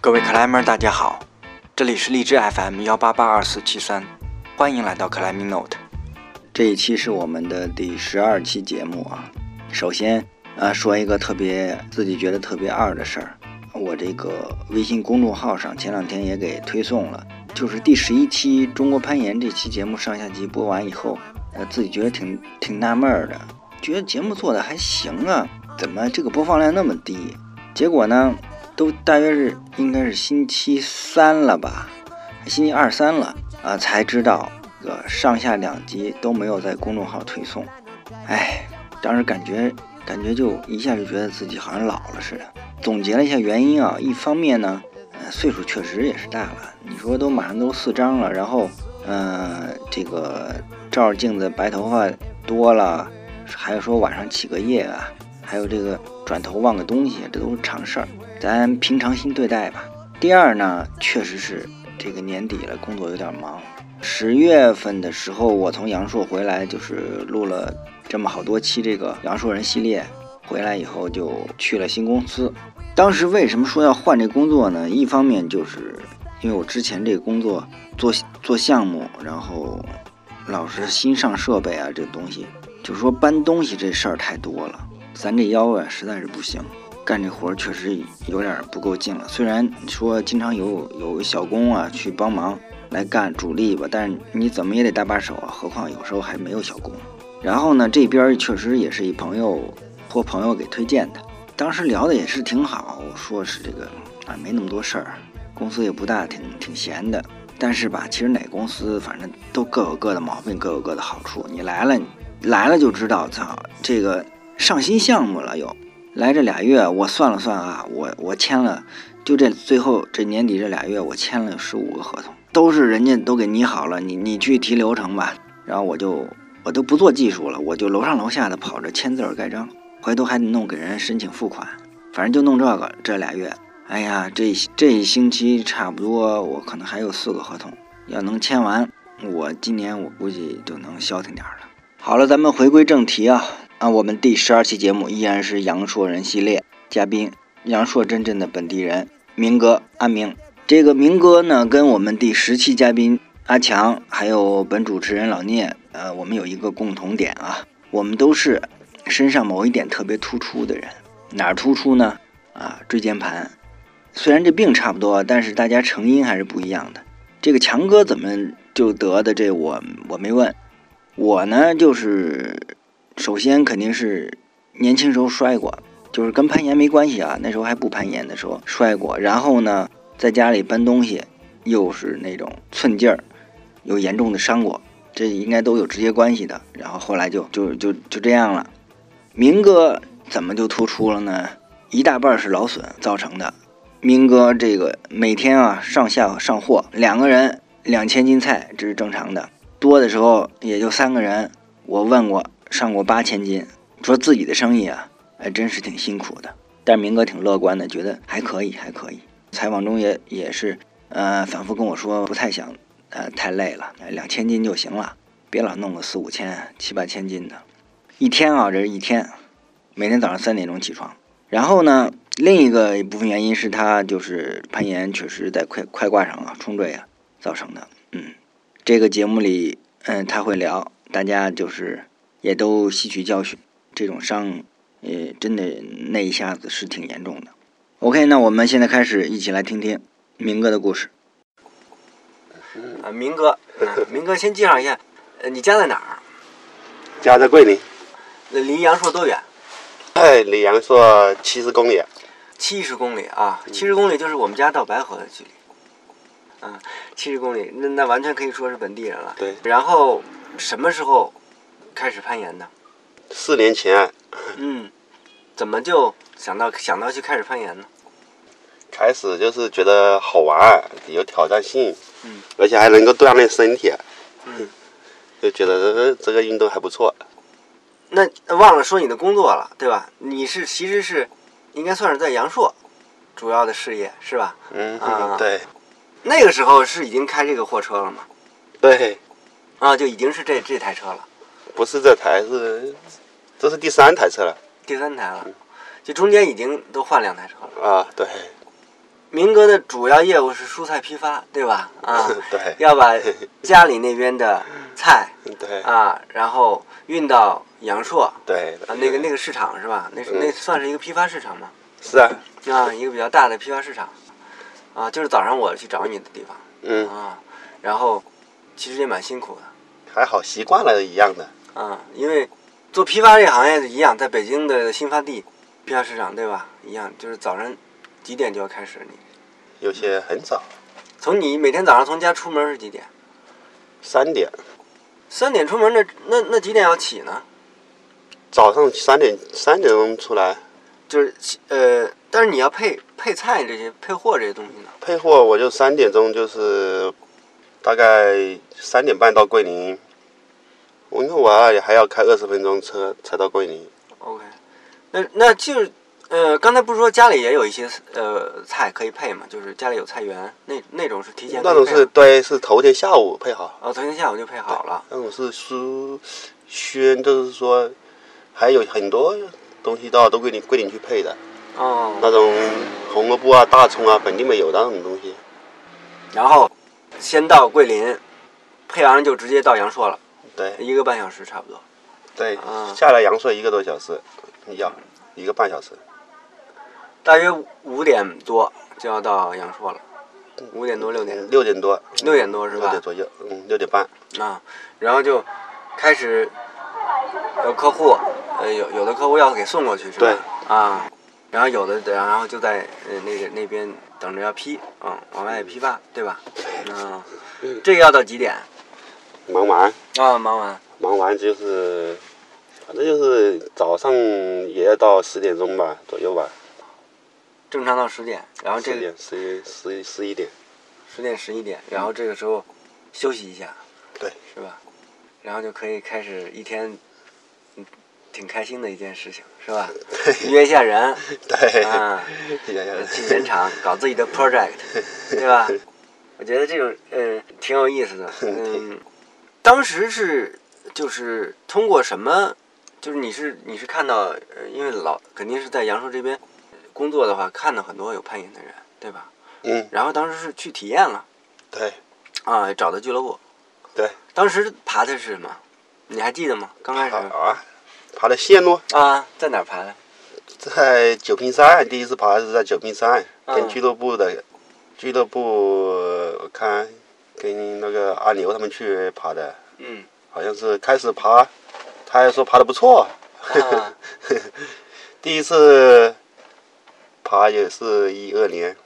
各位克莱们儿，大家好，这里是荔枝 FM 幺八八二四七三，欢迎来到克莱米 Note。这一期是我们的第十二期节目啊。首先，呃，说一个特别自己觉得特别二的事儿，我这个微信公众号上前两天也给推送了，就是第十一期《中国攀岩》这期节目上下集播完以后，呃，自己觉得挺挺纳闷儿的，觉得节目做的还行啊，怎么这个播放量那么低？结果呢，都大约是应该是星期三了吧，星期二三了啊，才知道这个上下两集都没有在公众号推送。哎，当时感觉感觉就一下就觉得自己好像老了似的。总结了一下原因啊，一方面呢，呃，岁数确实也是大了，你说都马上都四张了，然后，呃，这个照着镜子白头发多了，还有说晚上起个夜啊，还有这个转头忘个东西，这都是常事儿，咱平常心对待吧。第二呢，确实是这个年底了，工作有点忙。十月份的时候，我从阳朔回来，就是录了这么好多期这个阳朔人系列。回来以后就去了新公司。当时为什么说要换这工作呢？一方面就是因为我之前这个工作做做项目，然后老是新上设备啊，这东西，就是说搬东西这事儿太多了。咱这腰啊实在是不行，干这活儿确实有点不够劲了。虽然说经常有有小工啊去帮忙来干主力吧，但是你怎么也得搭把手啊，何况有时候还没有小工。然后呢，这边确实也是一朋友托朋友给推荐的，当时聊的也是挺好，说是这个啊没那么多事儿，公司也不大，挺挺闲的。但是吧，其实哪公司反正都各有各的毛病，各有各的好处。你来了，来了就知道，操，这个上新项目了又。来这俩月，我算了算啊，我我签了，就这最后这年底这俩月，我签了十五个合同，都是人家都给拟好了，你你去提流程吧。然后我就我都不做技术了，我就楼上楼下的跑着签字儿盖章，回头还得弄给人申请付款，反正就弄这个这俩月。哎呀，这这一星期差不多，我可能还有四个合同，要能签完，我今年我估计就能消停点儿了。好了，咱们回归正题啊啊，我们第十二期节目依然是阳朔人系列，嘉宾阳朔真正的本地人明哥阿明。这个明哥呢，跟我们第十期嘉宾阿强还有本主持人老聂，呃，我们有一个共同点啊，我们都是身上某一点特别突出的人。哪儿突出呢？啊，椎间盘。虽然这病差不多，啊但是大家成因还是不一样的。这个强哥怎么就得的这我我没问，我呢就是首先肯定是年轻时候摔过，就是跟攀岩没关系啊，那时候还不攀岩的时候摔过。然后呢，在家里搬东西，又是那种寸劲儿，有严重的伤过，这应该都有直接关系的。然后后来就就就就这样了。明哥怎么就突出了呢？一大半是劳损造成的。明哥这个每天啊上下上货，两个人两千斤菜，这是正常的。多的时候也就三个人。我问过上过八千斤，说自己的生意啊，还真是挺辛苦的。但明哥挺乐观的，觉得还可以，还可以。采访中也也是，呃，反复跟我说不太想，呃，太累了，两千斤就行了，别老弄个四五千、七八千斤的。一天啊，这是一天，每天早上三点钟起床。然后呢，另一个一部分原因是他就是攀岩确实在快快挂上啊、冲坠啊造成的。嗯，这个节目里，嗯，他会聊，大家就是也都吸取教训。这种伤，呃，真的那一下子是挺严重的。OK，那我们现在开始一起来听听明哥的故事。啊，明哥，啊 明哥先介绍一下，呃，你家在哪儿？ 家在桂林，那离阳朔多远？哎，里阳朔七十公里，七十公里啊，七十公里就是我们家到白河的距离。啊，七十公里，那那完全可以说是本地人了。对然后什么时候开始攀 岩的？四年前啊嗯，怎么就想到想到去开始攀岩呢？开始就是觉得好玩，有挑战性，嗯，而且还能够锻炼身体，嗯，就觉得呃这个运动还不错。那忘了说你的工作了，对吧？你是其实是应该算是在阳朔主要的事业是吧？嗯， 啊对那个时候是已经开这个货车了吗？对，啊，就已经是这这台车了，不是这台是，这是第三台车了第三台了，就中间已经都换两台车了。啊，对，明哥的主要业务是蔬菜批发，对吧？啊， 对要把家里那边的菜对啊，然后运到阳朔啊，对，那个那个市场是吧？那是那嗯算是一个批发市场吗？是啊，啊，一个比较大的批发市场，啊，就是早上我去找你的地方嗯，啊，然后其实也蛮辛苦的还好习惯了一样的，啊，因为做批发这个行业一样，在北京的新发地批发市场对吧？一样就是早上几点就要开始你。有些很早，从你每天早上从家出门是几点？嗯三点三点出门那那那几点要起呢？早上三点三点钟出来就是起呃，但是你要配配菜这些配货这些东西呢。配货，我就三点钟就是大概三点半到桂林。我因为我还还要开二十分钟车才到桂林， OK，那那就是呃，刚才不是说家里也有一些呃菜可以配嘛？就是家里有菜园那那种是提前可以那种配是好对，是头天下午配好，哦，昨天下午就配好了。那种是酥鲜，就是说还有很多东西到都桂林桂林去配的，那哦，种红萝卜啊、大葱啊，本地没有的那种东西。然后先到桂林，配完了就直接到阳朔了，对一个半小时差不多。对哎啊，下来阳朔一个多小时，要一个半小时。大约五点多就要到阳朔了，五点多六点六点多，六点多是吧六点左右，嗯，六点半。啊，然后就开始有客户，呃，有有的客户要给送过去是吧？对啊，然后有的然后就在呃那个那边等着要批，嗯，往外批发对吧？嗯，这个要到几点？忙完，啊，忙完忙完就是，反正就是早上也要到十点钟吧左右吧，正常到十点，然后这十个点十一十一十一点。十点十一点，然后这个时候休息一下，对，是吧？然后就可以开始一天，嗯，挺开心的一件事情是 吧？约一下人， 对，啊。 也也去原厂搞自己 的 project，对吧？我觉得这种呃挺有意思 的。嗯，当时是就是通过什么？就是你是你是看到，呃因为老肯定是在阳朔这边工作的话，看到很多有攀岩的人，对吧？嗯，然后当时是去体验了对啊，找的俱乐部。对，当时爬的是什么？你还记得吗？刚开爬始啊，爬的线路啊，在哪儿爬的？在九品山，第一次爬是在九品山，嗯跟俱乐部的俱乐部我看跟那个阿牛他们去爬的，嗯，好像是开始爬，他还说爬的不错，啊，第一次爬也是一二年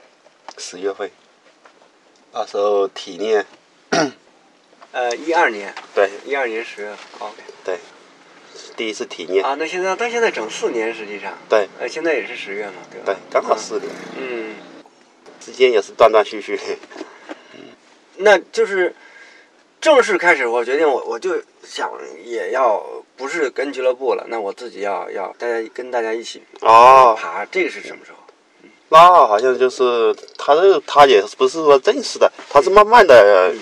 十月份，那时候体力呃，一二年，对一二年十月，OK。哦对，第一次体力、啊，那现在但现在整四年，实际上，对呃，现在也是十月嘛，对吧？对，刚好四年，嗯，之间也是断断续续，那就是正式开始，我决定我我就想也要不是跟俱乐部了，那我自己要要大家跟大家一起哦，爬，这个是什么时候？ 那好像就是他这他也不是说正式的，他是慢慢的，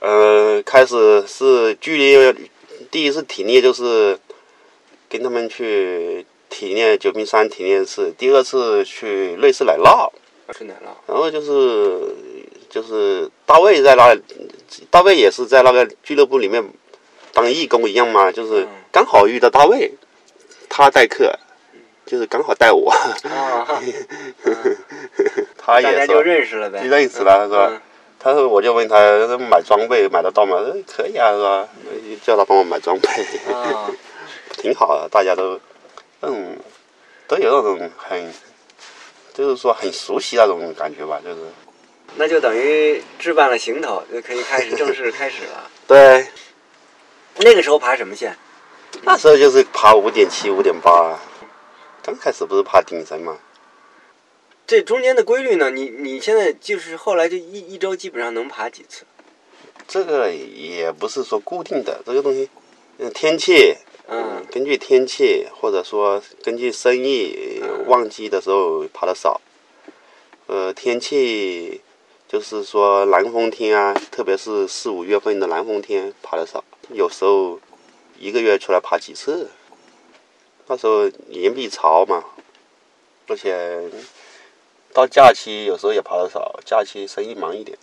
呃，开始是距离第一次体力就是跟他们去体验九品山体验是第二次去瑞士奶酪。春 奶酪然后就是就是大卫在那，大卫也是在那个俱乐部里面当义工一样嘛，就是嗯刚好遇到大卫，他代课，就是刚好带我，啊，哈 大他也家是就认识了呗，就认识了是吧嗯他说我就问他买装备买得到吗？他说可以啊是吧？那就叫他帮我买装备，啊，挺好的，大家都嗯都有那种很就是说很熟悉那种感觉吧，就是那就等于置办了行头，就可以开始正式开始了。对。那个时候爬什么线？那时候就是爬五点七、五点八，啊刚开始不是爬顶绳嘛？这中间的规律呢？你你现在就是后来就一一周基本上能爬几次？这个也不是说固定的，这个东西，嗯，天气，嗯，根据天气或者说根据生意呃旺季的时候爬的少，呃，天气就是说南风天啊，特别是四五月份的南风天爬的少，有时候一个月出来爬几次。那时候岩壁潮嘛，而且到假期有时候也爬的少，假期生意忙一点，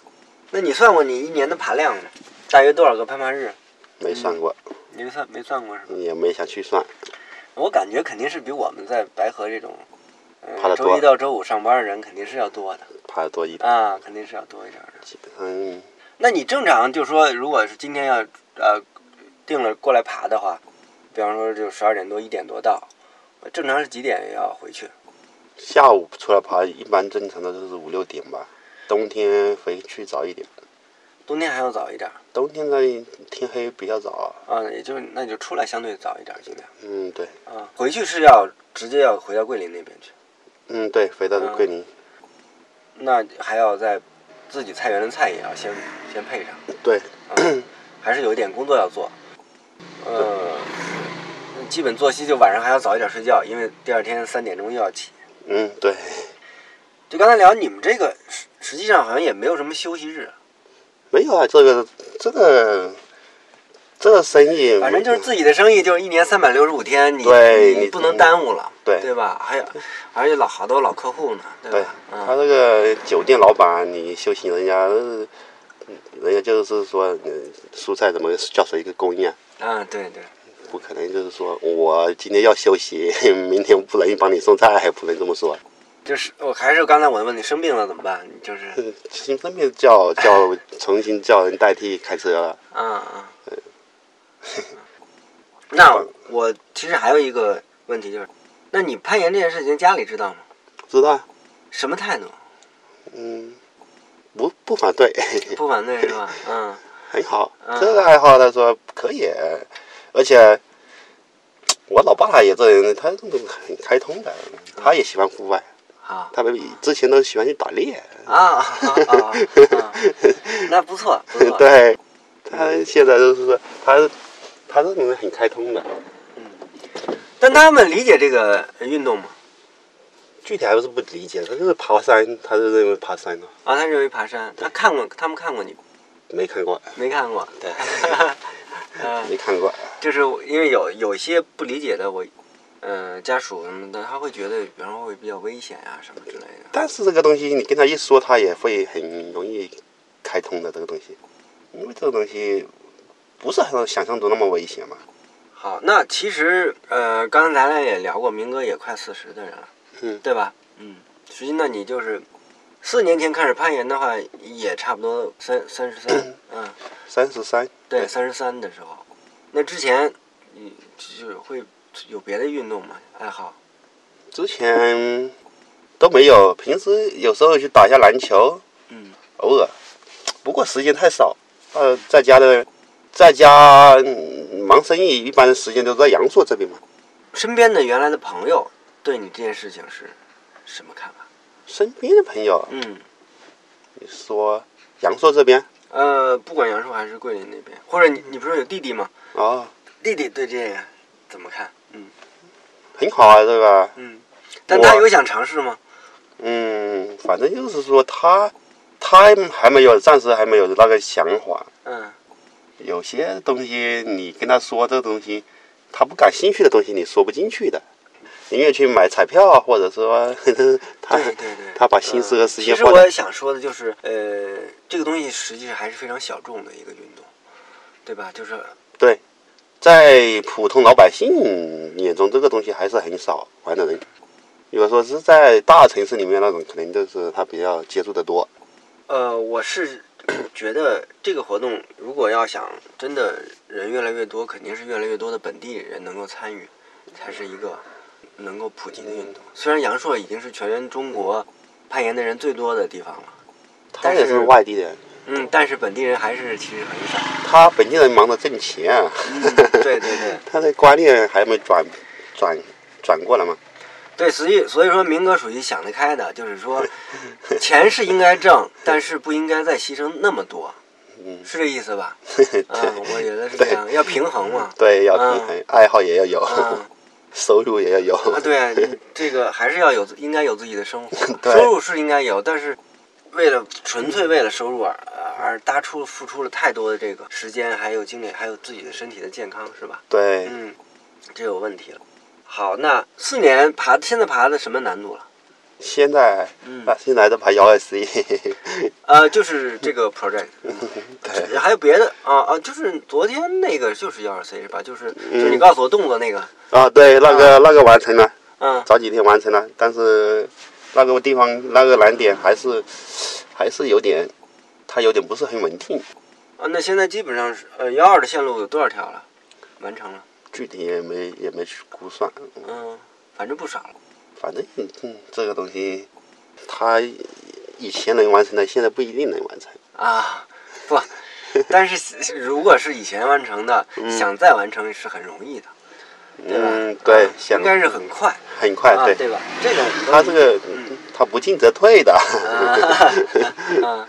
那你算过你一年的爬量吗？大约多少个攀爬日？没算过，你没算没算过是吧？也没想去算。我感觉肯定是比我们在白河这种，爬嗯，得周多一到周五上班的人肯定是要多的爬的多一点，嗯啊，肯定是要多一点的。基本上那你正常就说，如果是今天要呃定了过来爬的话，比方说就十二点多一点多到，正常是几点要回去？下午出来爬，一般正常的都是五六点吧。冬天回去早一点，冬天还要早一点冬天呢天黑比较早啊。啊，也就那你就出来相对早一点，尽量嗯，对，啊。回去是要直接要回到桂林那边去，嗯对，回到桂林，那还要在自己菜园的菜也要先先配上，嗯对，还是有一点工作要做。呃，基本作息就晚上还要早一点睡觉，因为第二天三点钟又要起。嗯对，就刚才聊你们这个，实实际上好像也没有什么休息日，没有啊，这个这个这个生意，反正就是自己的生意，就是一年三百六十五天，你对你你不能耽误了，对对吧？还有，而且老好多老客户呢，对对吧？他嗯，这个酒店老板，你休息人家，呃人家就是说，嗯蔬菜怎么叫谁个供应啊？啊，对对，不可能，就是说我今天要休息， 明天不能帮你送菜，不能这么说。啊就是我还是刚才我的问题，生病了怎么办？你就是，嗯新分别叫叫重新叫人代替开车了。啊啊。嗯 那我其实还有一个问题就是，那你攀岩这件事情家里知道吗？知道？什么态度？嗯，不不反对，不反对是 吧？嗯，很好嗯。这个爱好他说可以，而且我老爸他也这人，他这种很开通的，他也喜欢户外，好他之前都喜欢去打猎。啊啊啊！啊那不错不错，对，他现在就是说他他这种人很开通的，但他们理解这个运动吗？具体还不是不理解，他就是爬山，他就认为爬山了，啊，他认为爬山，他看过，他们看过你没看过，没看过？对，嗯、没看过。 就是因为有有些不理解的我，嗯、家属什么的，他会觉得，比方说会比较危险啊什么之类的。但是这个东西你跟他一说，他也会很容易开通的这个东西，因为这个东西不是很想象中那么危险嘛。好，那其实呃，刚才咱俩也聊过，明哥也快四十的人了，嗯对吧？嗯，实际那你就是四年前开始攀岩的话，也差不多三三十 三，嗯，三十三，对，三十三的时候，那之前你就是会有别的运动吗？爱好？之前都没有，平时有时候去打一下篮球，嗯，偶尔，不过时间太少。呃，在家的，在家、嗯忙生意，一般时间都在阳朔这边嘛。身边的原来的朋友对你这件事情是什么看法？身边的朋友，嗯，你说阳朔这边呃，不管杨树还是桂林那边，或者你你不是有弟弟吗？哦，弟弟对这个怎么看？嗯很好啊，这个，嗯，但他我有想尝试吗？嗯，反正就是说他，他还没有，暂时还没有那个想法。嗯有些东西你跟他说这东西，他不感兴趣的东西，你说不进去的。宁愿去买彩票啊，或者说 他对对对嗯他把心思和时其间实放我在也想说的就是，呃，这个东西实际上还是非常小众的一个运动，对吧？就是对，在普通老百姓眼中，这个东西还是很少玩的人。如果说是在大城市里面那种，可能就是他比较接触的多。呃，我是 觉得这个活动如果要想真的人越来越多，肯定是越来越多的本地人能够参与，才是一个能够普及的运动。虽然阳朔已经是全中国攀岩的人最多的地方了，他但也是是外地人，嗯，但是本地人还是其实很少。他本地人忙着挣钱啊，嗯对对对 他的观念还没转转转过来嘛。对，所以所以说明哥属于想得开的，就是 说钱是应该挣，但是不应该再牺牲那么多，嗯，是这意思吧？对嗯，我觉得是这样，要平衡嘛。 对，要平衡，爱好也要有，嗯。收入也要有。啊，对啊，你这个还是要有自，应该有自己的生活，对收入是应该有，但是为了纯粹为了收入而而搭出付出了太多的这个时间，还有精力，还有自己的身体的健康，是吧？ 嗯对，嗯，这有问题了。好，那四年爬，现在爬的什么难度了？现在嗯啊，新来的牌幺二 十一，呃，就是这个 project，对，还有别的啊啊，就是昨天那个就是幺二 C 是吧？就是就是嗯你告诉我动作那个， 啊，对，那个那个完成了，嗯，早几天完成了，但是那个地方那个难点还是还是有点，它有点不是很稳定，啊，那现在基本上是呃幺二的线路有多少条了？完成了，具体也没也没去估算，嗯，反正不少了。反正嗯这个东西，它以前能完成的，现在不一定能完成。啊， 不，但是如果是以前完成的，想再完成是很容易的，对吧？嗯，对啊，想应该是很快很快，啊，对，对吧？这种他这个他不进则退的，啊啊，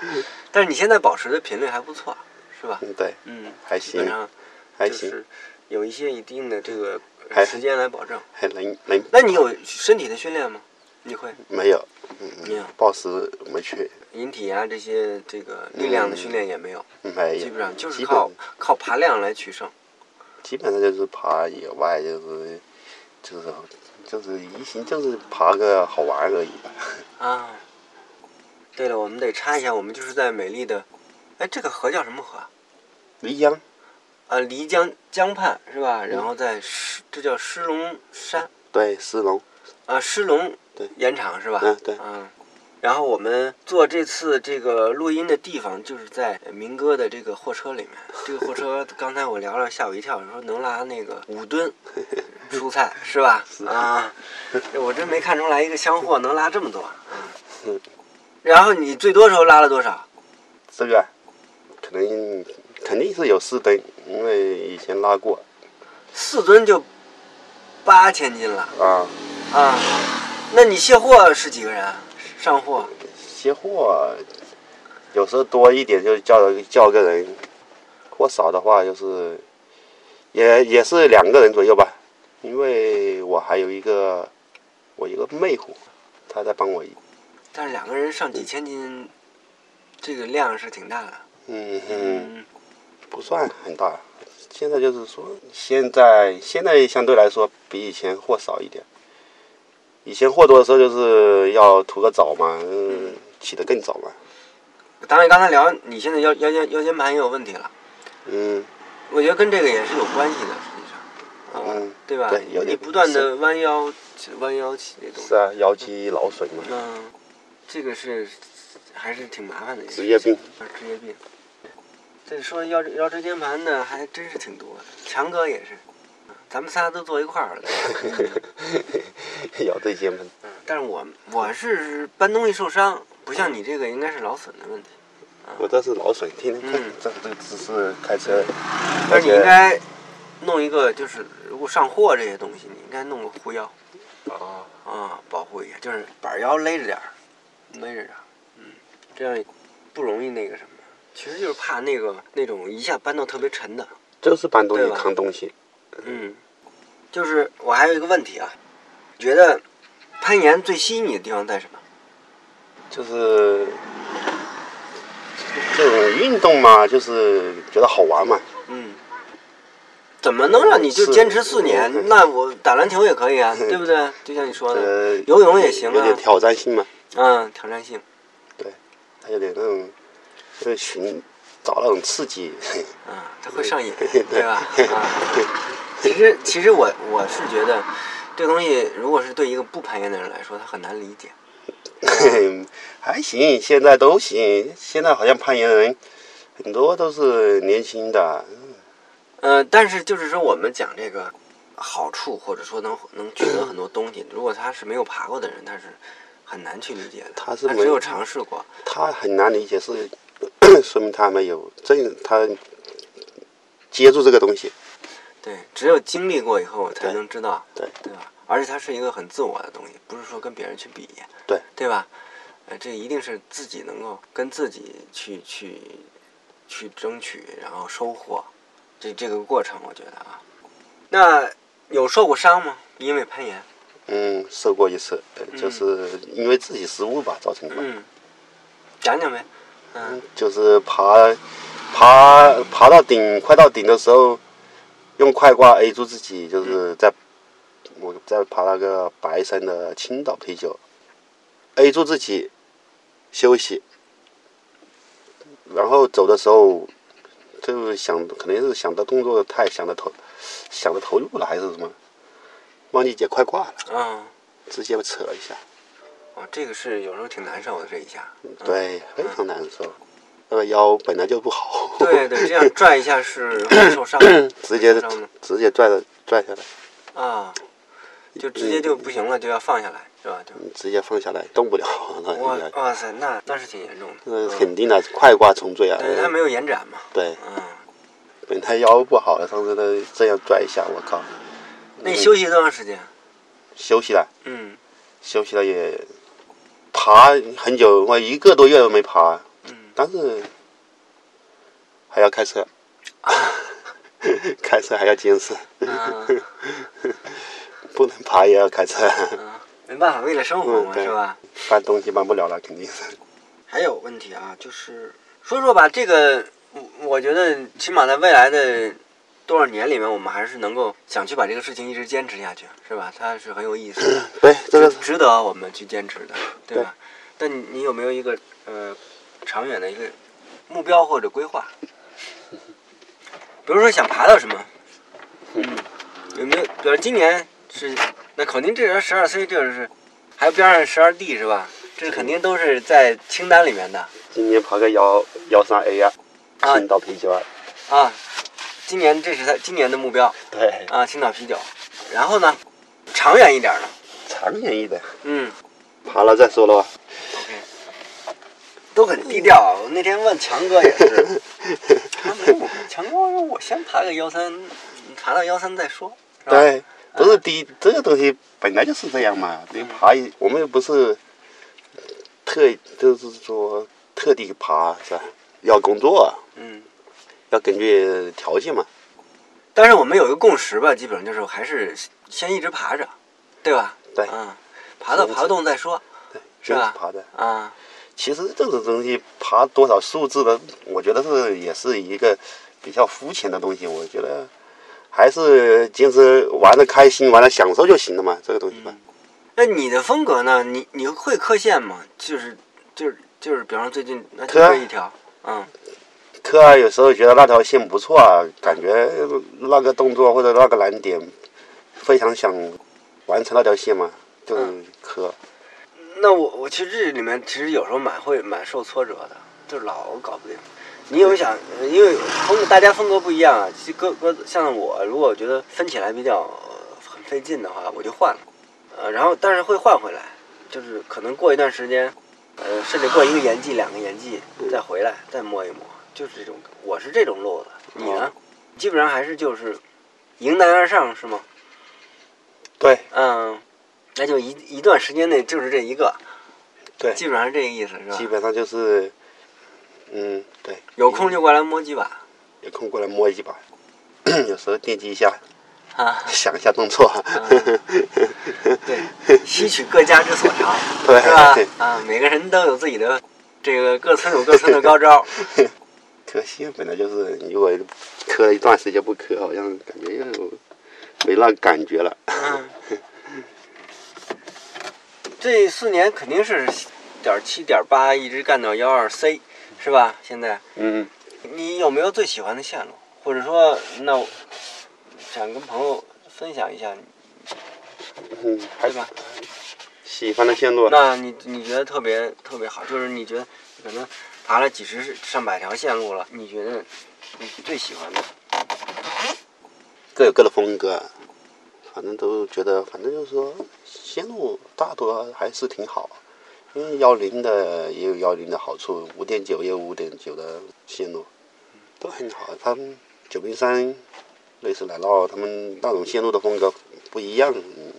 但是你现在保持的频率还不错，是吧？嗯 对，嗯，还基本行，上还就行，是有一些一定的这个还时间来保证。还能能。那你有身体的训练吗？你会没有？没有嗯，暴食没去，引体啊这些这个力量的训练也没有，没有，嗯基本上就是基靠本靠爬量来取胜。基本上就是爬野外，就是就是就是一行就是爬个好玩而已吧。啊，对了，我们得插一下，我们就是在美丽的，哎，这个河叫什么河啊？漓江啊，漓江江畔是吧？然后在狮，这叫狮龙山对石龙，啊，狮龙对盐场是吧？嗯对嗯。然后我们做这次这个录音的地方就是在明哥的这个货车里面。这个货 车刚才我聊了，吓我一跳，说能拉那个五吨蔬菜是吧？ 啊，我真没看出来一个箱货能拉这么多。嗯嗯。然后你最多时候拉了多少？这个可能肯定是有四吨，因为以前拉过四吨就八千斤了啊。啊！那你卸货是几个人啊上货？卸货有时候多一点就叫叫个人，货少的话就是也也是两个人左右吧，因为我还有一个我一个妹夫，他在帮我，但是两个人上几千斤，这个量是挺大的。嗯嗯，，不算很大。现在就是说，现在现在相对来说比以前货少一点。以前货多的时候就是要图个早嘛，嗯，起得更早嘛，当然刚才聊你现在腰腰间腰间盘也有问题了，嗯我觉得跟这个也是有关系的，实际上，呃嗯，对吧？对有点你不断的弯腰弯腰起这东西是，啊，腰肌劳损嘛。 嗯，这个是还是挺麻烦的一个职业病事情，啊职业病。这说腰腰椎间盘的还真是挺多的，强哥也是，啊咱们仨都坐一块儿 了。有这些吗？但是我我是搬东西受伤，不像你这个应该是劳损的问题，我这是劳损，天天看嗯这这个姿势开车，但是你应该弄一个就是如果上货这些东西，你应该弄个护腰啊，啊，保护一下，就是板儿腰勒着点儿，勒着点儿，嗯，这样不容易那个什么。其实就是怕那个那种一下搬到特别沉的，就是搬东西对吧扛东西，嗯，就是我还有一个问题啊，觉得攀岩最吸引你的地方在什么？就是这种运动嘛，就是觉得好玩嘛。嗯，怎么能让你就坚持四是年？嗯那我打篮球也可以 啊，对不对？就像你说的，呃，游泳也行啊有点挑战性嘛，嗯，挑战性，它有点那种，就是寻找那种刺激。 嗯，它会上瘾，对吧？啊，其实其实我我是觉得，这东西如果是对一个不攀岩的人来说，他很难理解。还行，现在都行。现在好像攀岩的人很多都是年轻的，呃，但是就是说我们讲这个好处，或者说能能取得很多东西，如果他是没有爬过的人，他是很难去理解的。他是他没只有尝试过，他很难理解是， 说明他没有正他接触这个东西。对，只有经历过以后才对能知道，对对吧？而且它是一个很自我的东西，不是说跟别人去比，对对吧？呃，这一定是自己能够跟自己去去去争取，然后收获，这这个过程，我觉得啊，那有受过伤吗？因为攀岩，嗯，受过一次，呃嗯就是因为自己失误吧造成的吧。嗯，讲讲呗，嗯就是爬爬爬到顶，快到顶的时候，用快挂 A 住自己，就是在、我在爬那个白山的青岛啤酒， A 住自己休息，然后走的时候，就是想肯定是想到动作太想的投想的投入了还是什么，忘记姐快挂了，嗯，直接扯一下，哦，这个是有时候挺难受的这一下。对，非常难受。那个腰本来就不好， 对对，这样拽一下是会受伤的直接受伤的直接拽了拽下来，啊，就直接就不行了，就要放下来，是吧？就直接放下来动不了， 那哇应该哇塞，那那是挺严重的。嗯那肯定的，快挂重坠啊！对他没有延展嘛，对，嗯，本来腰不好了，上次他这样拽一下，我靠，那嗯你休息多长时间？休息了，嗯，休息了也爬很久，我一个多月都没爬，嗯但是还要开车， 开车还要坚持，啊，不能爬也要开车，没办法，为了生活嘛，嗯对是吧？搬东西搬不了了，肯定是。还有问题啊，就是说说吧，这个我我觉得起码在未来的多少年里面，我们还是能够想去把这个事情一直坚持下去，是吧？它是很有意思的。对，这个值值得我们去坚持的，对吧？但你你有没有一个呃长远的一个目标或者规划？比如说想爬到什么？嗯，有没有？比如今年是那肯定这人十二 C 这是，还有边上十二 D 是吧？这肯定都是在清单里面的今年爬个幺幺三 A 啊，啊青岛啤酒啊，啊。今年这是他今年的目标对，啊，青岛啤酒。然后呢，长远一点呢，长远一点，嗯，爬了再说喽。都很低调啊。我那天问强哥也是， 他没有强哥说我先爬个幺三，爬到幺三再说。是吧，对，不是低，这个东西本来就是这样嘛。你爬一，我们又不是特，就是说特地爬是吧？要工作，嗯。要根据条件嘛。但是我们有一个共识吧，基本上就是还是先一直爬着，对吧？对嗯，爬到爬不动再说。是这样吧子爬的。啊，其实这种东西爬多少数字的，我觉得是也是一个比较肤浅的东西。我觉得还是坚持玩的开心，玩的享受就行了嘛。这个东西吧，那你的风格呢？你你会刻线吗？就是就是就是，比方说最近那就刻啊这一条，嗯，科二有时候觉得那条线不错啊，感觉那个动作或者那个难点，非常想完成那条线嘛，就是科。那我我其实这里面其实有时候蛮会蛮受挫折的，就是老搞不定。你有想，呃因为风格大家风格不一样啊，其实各各像我，如果觉得分起来比较呃很费劲的话，我就换了，呃，然后但是会换回来，就是可能过一段时间，呃，甚至过一个延季、两个延季再回来再摸一摸，就是这种，我是这种路子。你呢？基本上还是就是迎难而上是吗？对嗯，那就一一段时间内就是这一个，对，基本上是这个意思是吧？基本上就是，嗯，对，有空就过来摸几把有空过来摸一把， 有时候惦记一下，啊！想一下动作。嗯对，吸取各家之所长， 对是吧对？啊，每个人都有自己的这个各村有各村的高招，磕线本来就是，如果磕了一段时间不磕，好像感觉又没那感觉了。嗯。这四年肯定是点七点八一直干到幺二 C，是吧？现在嗯，你有没有最喜欢的线路？或者说，那我想跟朋友分享一下，嗯，还对吧？喜欢的线路， 啊那你你觉得特别特别好，就是你觉得可能爬了几十上百条线路了，你觉得你最喜欢的？各有各的风格，啊反正都觉得，反正就是说，线路大多还是挺好，啊因为幺零的也有幺零的好处，五点九也有五点九的线路，都很好。啊他们九冰山、类似奶酪，他们那种线路的风格不一样，嗯，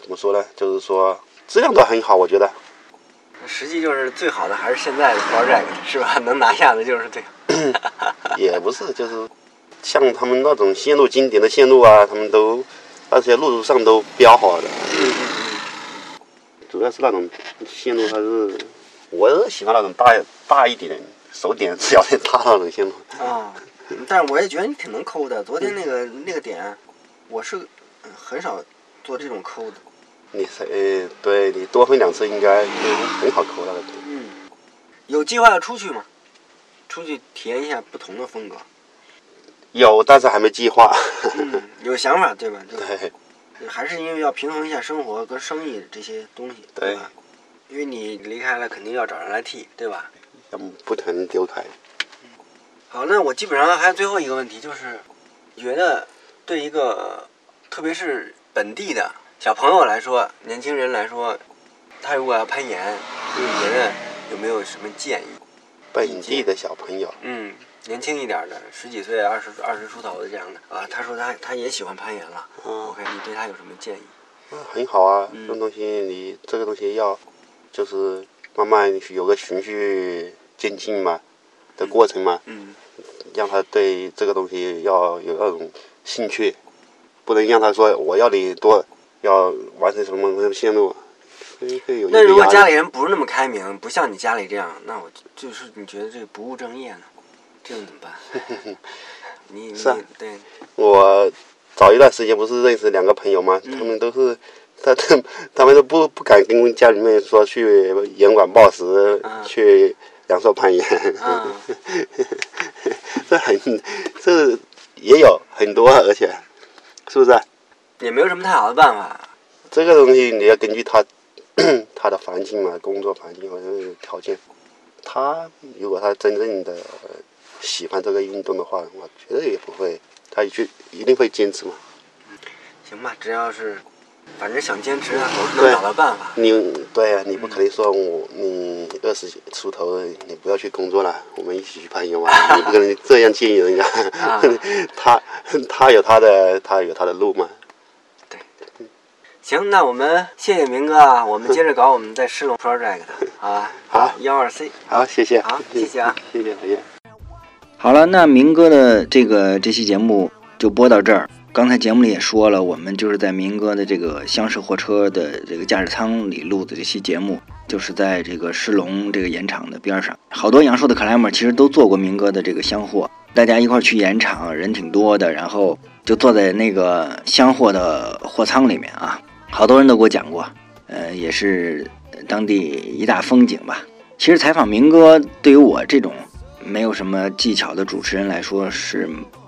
怎么说呢？就是说质量都很好，我觉得。实际就是最好的还是现在的 project 是吧？ 能拿下的就是这个。嗯 也不是，就是像他们那种线路经典的线路啊，他们都那些路上都标好了。主要是那种线路，它是我是喜欢那种大大一点的，手点脚点大那种线路。啊、但是我也觉得你挺能抠的。昨天那个那个点，我是呃很少做这种抠的。你才呃对你多分两次应该很好扣那个点。嗯，有计划要出去吗？出去体验一下不同的风 格。有，但是还没计划。 嗯，有想法对吧？对，对还是因为要平衡一下生活跟生意这些东西，对吧？因为你离开了，肯定要找人来替，对吧？要么不可能丢开。好，那我基本上还有最后一个问题，就是觉得对一个特别是本地的小朋友来说，年轻人来说，他如果要攀岩，你觉得有没有什么建议？本地的小朋友，嗯，年轻一点的，十几岁、二十二十出头的这样的啊，他说他他也喜欢攀岩了。嗯， OK，你对他有什么建议？很好啊。嗯这种东西你这个东西要，就是慢慢有个循序渐进嘛的过程嘛，嗯让他对这个东西要有那种兴趣，不能让他说我要你多要完成什么什么线路，所以会有一那个如果压力家里人不是那么开明，不像你家里这样，那我就就是你觉得这个不务正业呢？这种怎么 办？你你是啊对，我早一段时间不是认识两个朋友吗？嗯他们都是， 他他他们都不不敢跟家里面说去严管暴食，啊去阳朔攀岩，嗯， 这很这也有很多啊，而且是不是啊、也没有什么太好的办法。这个东西你要根据他 他的环境嘛，工作环境或者是条件，他如果他真正的喜欢这个运动的话，我觉得也不会，他就一定会坚持嘛。行吧，只要是，反正想坚持，啊能对找到办法。你对嗯啊，你不可能说我你二十出头，你不要去工作嗯了，我们一起去攀岩玩， 你不可能这样建议人家。啊 他他有他的他有他的路嘛。行，那我们谢谢明哥啊，我们接着搞我们在狮龙 project，好吧？ 好幺二 C，好，谢谢，好谢谢啊， 谢谢，再见。好了，那明哥的这个这期节目就播到这儿。刚才节目里也说了，我们就是在明哥的这个厢式货车的这个驾驶舱里录的这期节目，就是在这个狮龙这个盐场的边儿上。好多阳朔的 climber 其实都坐过明哥的这个厢货，大家一块儿去盐场，人挺多的，然后就坐在那个厢货的货舱里面啊，好多人都给我讲过，呃，也是当地一大风景吧。其实采访明哥对于我这种没有什么技巧的主持人来说是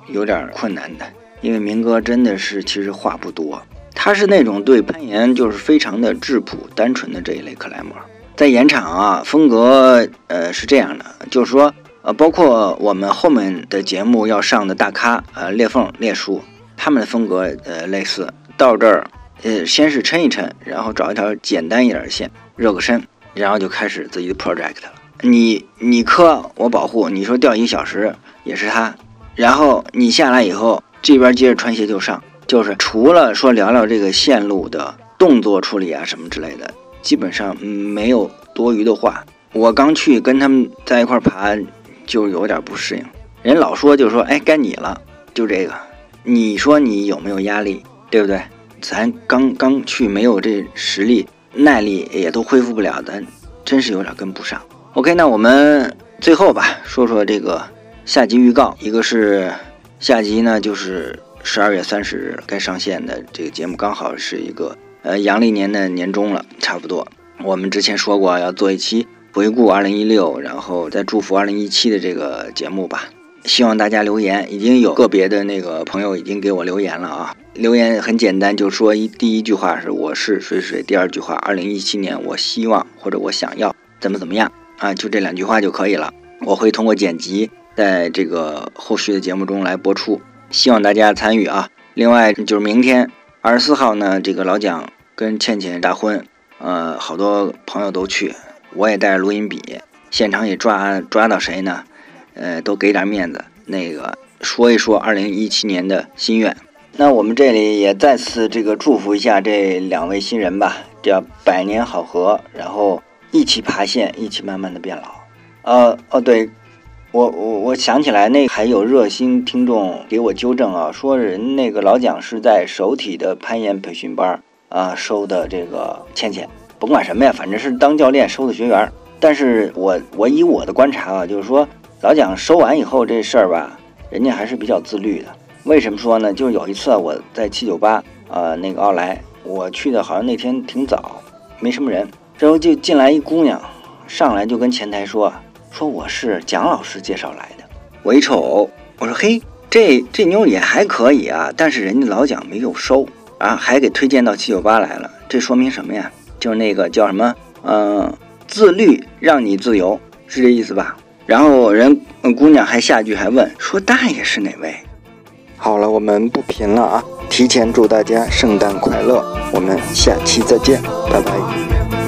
有点困难的，因为明哥真的是其实话不多，他是那种对攀岩就是非常的质朴单纯的这一类克莱默。在岩场啊，风格呃是这样的，就是说呃，包括我们后面的节目要上的大咖呃裂缝裂叔，他们的风格呃类似。到这儿呃先是抻一抻，然后找一条简单一点的线热个身，然后就开始自己的 project 了。你你磕我保护，你说掉一个小时也是他，然后你下来以后，这边接着穿鞋就上，就是除了说聊聊这个线路的动作处理啊什么之类的，基本上嗯没有多余的话。我刚去跟他们在一块儿爬，就有点不适应。人老说就说哎该你了，就这个，你说你有没有压力，对不对？咱刚刚去没有这实力，耐力也都恢复不了，咱真是有点跟不上。OK，那我们最后吧，说说这个下集预告，一个是下集呢，就是十二月三十日该上线的这个节目，刚好是一个呃阳历年的年终了，差不多。我们之前说过要做一期回顾二零一六，然后再祝福二零一七的这个节目吧。希望大家留言，已经有个别的那个朋友已经给我留言了啊。留言很简单，就说一第一句话是我是水水，第二句话二零一七年我希望或者我想要怎么怎么样啊，就这两句话就可以了。我会通过剪辑在这个后续的节目中来播出，希望大家参与啊。另外就是明天二十四号呢，这个老蒋跟倩倩大婚，呃，好多朋友都去，我也带着录音笔，现场也抓抓到谁呢？呃，都给点面子，那个说一说二零一七年的心愿。那我们这里也再次这个祝福一下这两位新人吧，叫百年好合，然后一起爬线，一起慢慢的变老。呃，哦对，我我我想起来，那还有热心听众给我纠正啊，说人那个老蒋是在首体的攀岩培训班儿啊收的这个倩倩，甭管什么呀，反正是当教练收的学员儿。但是我我以我的观察啊，就是说老蒋收完以后这事儿吧，人家还是比较自律的。为什么说呢？就是有一次啊我在七九八，呃，那个奥莱我去的好像那天挺早，没什么人，然后就进来一姑娘，上来就跟前台说说我是蒋老师介绍来的。我一瞅，我说嘿，这这妞也还可以啊，但是人家老蒋没有收啊，还给推荐到七九八来了，这说明什么呀？就是那个叫什么，嗯、自律让你自由，是这意思吧？然后人、嗯姑娘还下一句还问说大爷是哪位？好了，我们不贫了啊！提前祝大家圣诞快乐，我们下期再见，拜拜。 I remember